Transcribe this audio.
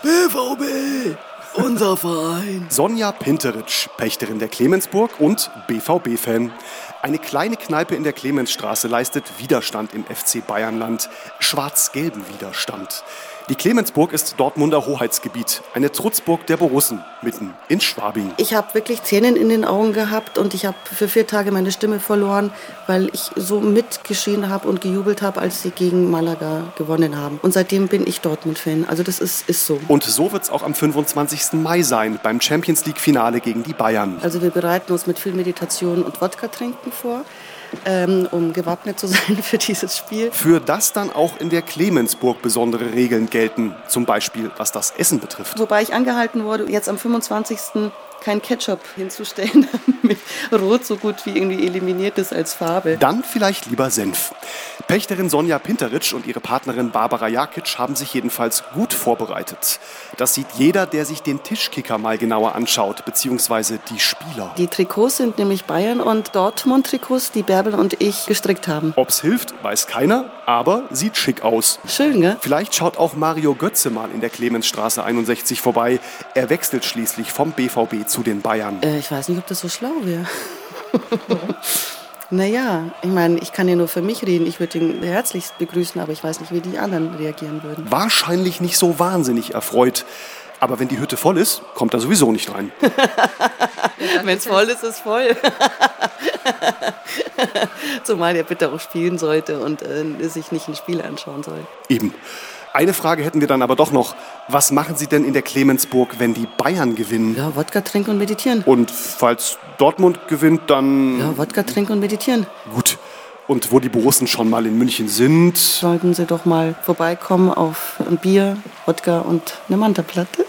BVB, unser Verein. Sonja Pinteritsch, Pächterin der Clemensburg und BVB-Fan. Eine kleine Kneipe in der Clemensstraße leistet Widerstand im FC Bayernland, schwarz-gelben Widerstand. Die Clemensburg ist Dortmunder Hoheitsgebiet, eine Trutzburg der Borussen, mitten in Schwabing. Ich habe wirklich Zähnen in den Augen gehabt und ich habe für vier Tage meine Stimme verloren, weil ich so mitgeschrien habe und gejubelt habe, als sie gegen Malaga gewonnen haben. Und seitdem bin ich Dortmund-Fan. Also das ist, ist so. Und so wird's auch am 25. Mai sein, beim Champions League-Finale gegen die Bayern. Also wir bereiten uns mit viel Meditation und Wodka trinken vor. Ähm, um gewappnet zu sein für dieses Spiel. Für das dann auch in der Clemensburg besondere Regeln gelten, zum Beispiel was das Essen betrifft. Wobei ich angehalten wurde, jetzt am 25 kein Ketchup hinzustellen, damit Rot so gut wie irgendwie eliminiert ist als Farbe. Dann vielleicht lieber Senf. Pächterin Sonja Pinteritsch und ihre Partnerin Barbara Jakic haben sich jedenfalls gut vorbereitet. Das sieht jeder, der sich den Tischkicker mal genauer anschaut, beziehungsweise die Spieler. Die Trikots sind nämlich Bayern- und Dortmund-Trikots, die Bärbel und ich gestrickt haben. Ob's hilft, weiß keiner, aber sieht schick aus. Schön, gell? Vielleicht schaut auch Mario Götze mal in der Clemensstraße 61 vorbei. Er wechselt schließlich vom BVB zu den Bayern. Äh, ich weiß nicht, ob das so schlau wäre. naja, ich meine, ich kann ja nur für mich reden. Ich würde ihn herzlichst begrüßen, aber ich weiß nicht, wie die anderen reagieren würden. Wahrscheinlich nicht so wahnsinnig erfreut. Aber wenn die Hütte voll ist, kommt er sowieso nicht rein. Wenn es voll ist, ist voll. Zumal er bitte auch spielen sollte und äh, sich nicht ein Spiel anschauen soll. Eben. Eine Frage hätten wir dann aber doch noch. Was machen Sie denn in der Clemensburg, wenn die Bayern gewinnen? Ja, Wodka trinken und meditieren. Und falls Dortmund gewinnt, dann. Ja, Wodka trinken und meditieren. Gut. Und wo die Borussen schon mal in München sind. Sollten Sie doch mal vorbeikommen auf ein Bier, Wodka und eine Mantaplatte.